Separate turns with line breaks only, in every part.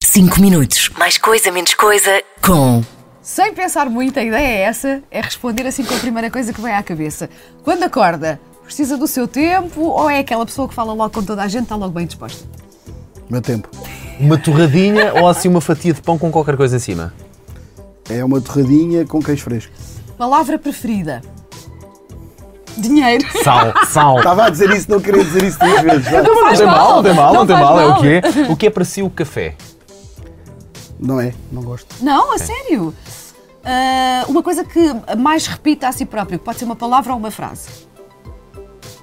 5 minutos. Mais coisa, menos coisa. Com
Sem pensar muito, a ideia é essa, é responder assim com a primeira coisa que vem à cabeça. Quando acorda, precisa do seu tempo ou é aquela pessoa que fala logo com toda a gente, está logo bem disposta?
Meu tempo.
Uma torradinha ou assim uma fatia de pão com qualquer coisa em cima?
É uma torradinha com queijo fresco.
Palavra preferida? Dinheiro.
Sal, sal.
Estava a dizer isso, não queria dizer isso duas vezes. já.
Não faz
Tá tem mal, não tem mal, não tem
faz
mal, é o que é. O que é para si o café?
Não é, não gosto.
Não, a sério. Ah, uma coisa que mais repita a si próprio, que pode ser uma palavra ou uma frase.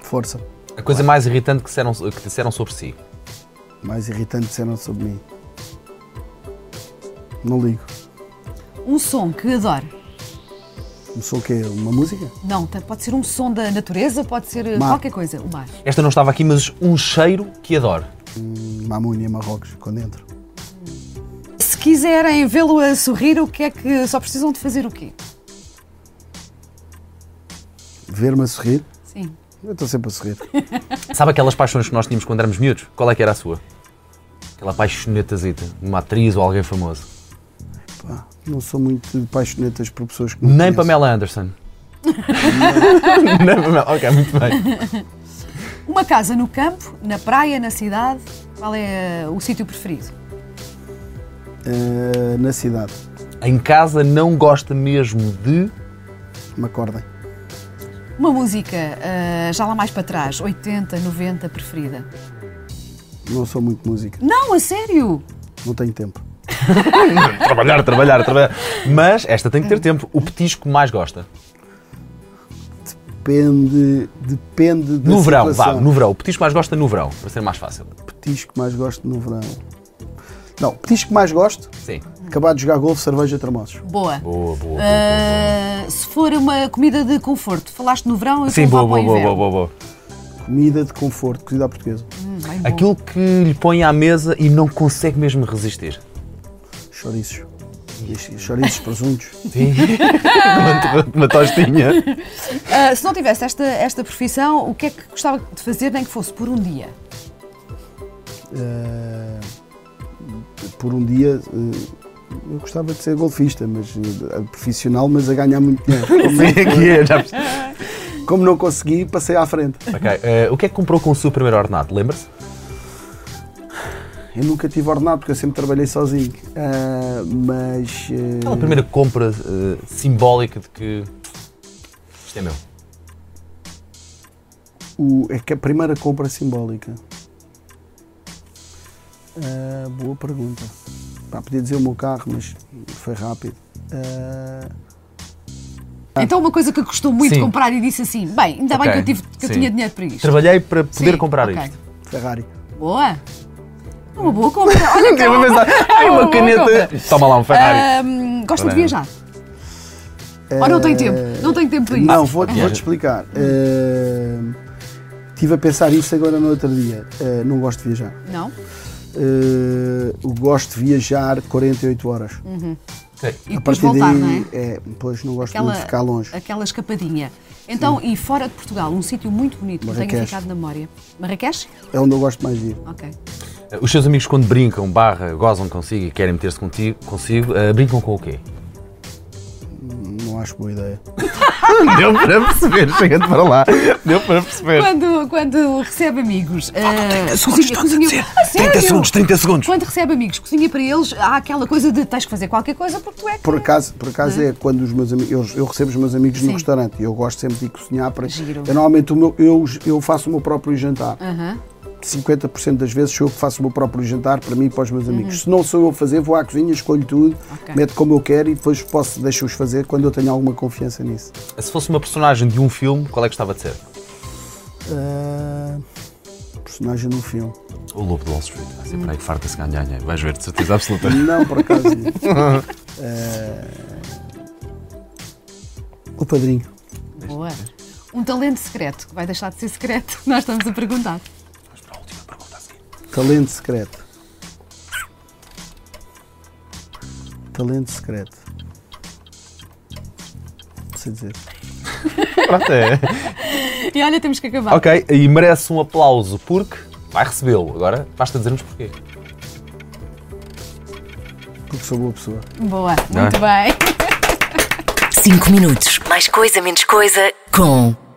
Força.
A coisa mais irritante que disseram, que disseram sobre si.
Mais irritante disseram sobre mim. Não ligo.
Um som que adora.
Não sou o quê? Uma música?
Não, tá- pode ser um som da natureza, pode ser eh,
Mar.
qualquer coisa. O mar.
Esta não estava aqui, mas um cheiro que adoro.
Mamunha, Marrocos, quando entro.
Se quiserem vê-lo a sorrir, o que é que só precisam de fazer o quê?
Ver-me a sorrir.
Sim.
Eu estou sempre a sorrir.
Sabe aquelas paixões que nós tínhamos quando éramos miúdos? Qual é que era a sua? Aquela paixonetazita de uma atriz ou alguém famoso.
Pá, não sou muito de paixonetas por pessoas que não
Nem
conheço.
Pamela Anderson. Nem Pamela. Ok, muito bem.
Uma casa no campo, na praia, na cidade, qual é eh, o sítio preferido?
Eh, na cidade.
Em casa não gosta mesmo de.
Me acordem.
Uma música eh, já lá mais para trás, 80, 90, preferida.
Não sou muito música.
Não, a sério!
Não tenho tempo.
Trabalhar, trabalhar, trabalhar. Mas esta tem que ter tempo. O petisco que mais gosta.
Depende, depende da
No verão, vá,
situação.
no verão. O petisco mais gosta no verão, para ser mais fácil.
Petisco que mais gosto no verão. Não, petisco que mais gosto
Sim.
Acabar de jogar golfe, cerveja, termosos.
Boa.
Boa, boa, boa.
Eh, se for uma comida de conforto, falaste no verão e
Sim, boa, boa, boa, boa,
boa.
boa, boa.
Comida de conforto, cozida à portuguesa.
Aquilo que lhe põe à mesa e não consegue mesmo resistir.
Chouriços. E Chouriços, presuntos.
Sim. uma, uma tostinha.
Eh, se não tivesse esta, esta profissão, o que é que gostava de fazer, nem que fosse por um dia?
Eh, por um dia, eh, eu gostava de ser golfista, mas eh, profissional, mas a ganhar muito dinheiro. Como,
Sim, aqui é, já percebi.
como não consegui, passei à frente.
Ok, eh, o que é que comprou com o seu primeiro ordenado? Lembra-se?
Eu nunca tive ordenado, porque eu sempre trabalhei sozinho. Ah, mas. eh,
Aquela primeira compra eh, simbólica de que isto é meu.
O, é que a primeira compra simbólica? Ah, boa pergunta. Pá, podia dizer o meu carro, mas foi rápido. Ah,
Então, uma coisa que custou muito
Ah. Sim.
comprar e disse assim: bem, ainda bem que eu,
Ok,
tive, que eu
sim.
tinha dinheiro para isto.
Trabalhei para poder
Sim,
comprar
ok.
isto.
Ferrari.
Boa! Uma boa compra! Olha que
Eu vou pensar, ai,
Boa,
uma
boa
caneta. Toma lá um Ferrari.
Ahm, gosta de
Olha.
viajar? Ou não tem tempo? Não tem tempo para isso?
Ah, Não, vou- vou-te
viagem.
explicar. Estive a pensar isso agora no outro dia. Ah, não gosto de viajar.
Não?
Ah, eu gosto de viajar 48 horas.
Uhum.
Eh,
E depois voltar, não é?
é, Depois não gosto muito de ficar longe.
aquela escapadinha. Então, e fora de Portugal, um sítio muito bonito, que tenho
Marrakech.
ficado na memória. Marrakech?
É onde eu gosto mais de ir.
Ok.
Eh, Os seus amigos quando brincam, barra, gozam consigo e querem meter-se contigo, consigo, eh, brincam com o quê?
Não acho boa ideia.
Deu para perceber, chega-te para lá. Deu para perceber.
Quando, quando recebe amigos. ah, cozinha, cozinha, a sério?
30 segundos, 30 segundos.
Quando recebe amigos, cozinha para eles, há aquela coisa de tens que fazer qualquer coisa porque tu é que.
Por acaso, por acaso é quando os meus amigos, eu, eu recebo os meus amigos
Sim.
no restaurante e eu gosto sempre de ir cozinhar para.
Giro. Ah.
Eu normalmente o meu- eu, eu faço o meu próprio jantar.
Aham.
50% das vezes sou eu que faço o meu próprio jantar para mim e para os meus amigos. Se não sou eu a fazer, vou à cozinha, escolho tudo,
Uhum. Ok.
meto como eu quero e depois posso deixo-os fazer quando eu tenho alguma confiança nisso.
Se fosse uma personagem de um filme, qual é que gostava de ser?
Ah, personagem no filme.
O Lobo de Wall Street. Vai ser para aí que farta-se ganhar dinheiro. Vais ver, de certeza absoluta.
Não, por acaso. Ah, o padrinho.
Boa. Um talento secreto, que vai deixar de ser secreto, nós estamos a perguntar.
Vamos para a última pergunta a seguir.
Talento secreto. Talento secreto. Não sei dizer.
Pronto, é.
E olha, temos que acabar.
Ok, e merece um aplauso porque vai recebê-lo. Agora basta dizer-nos porquê.
porque sou boa pessoa.
Boa,
Não é?
muito bem.
5 minutos. Mais coisa, menos coisa. Com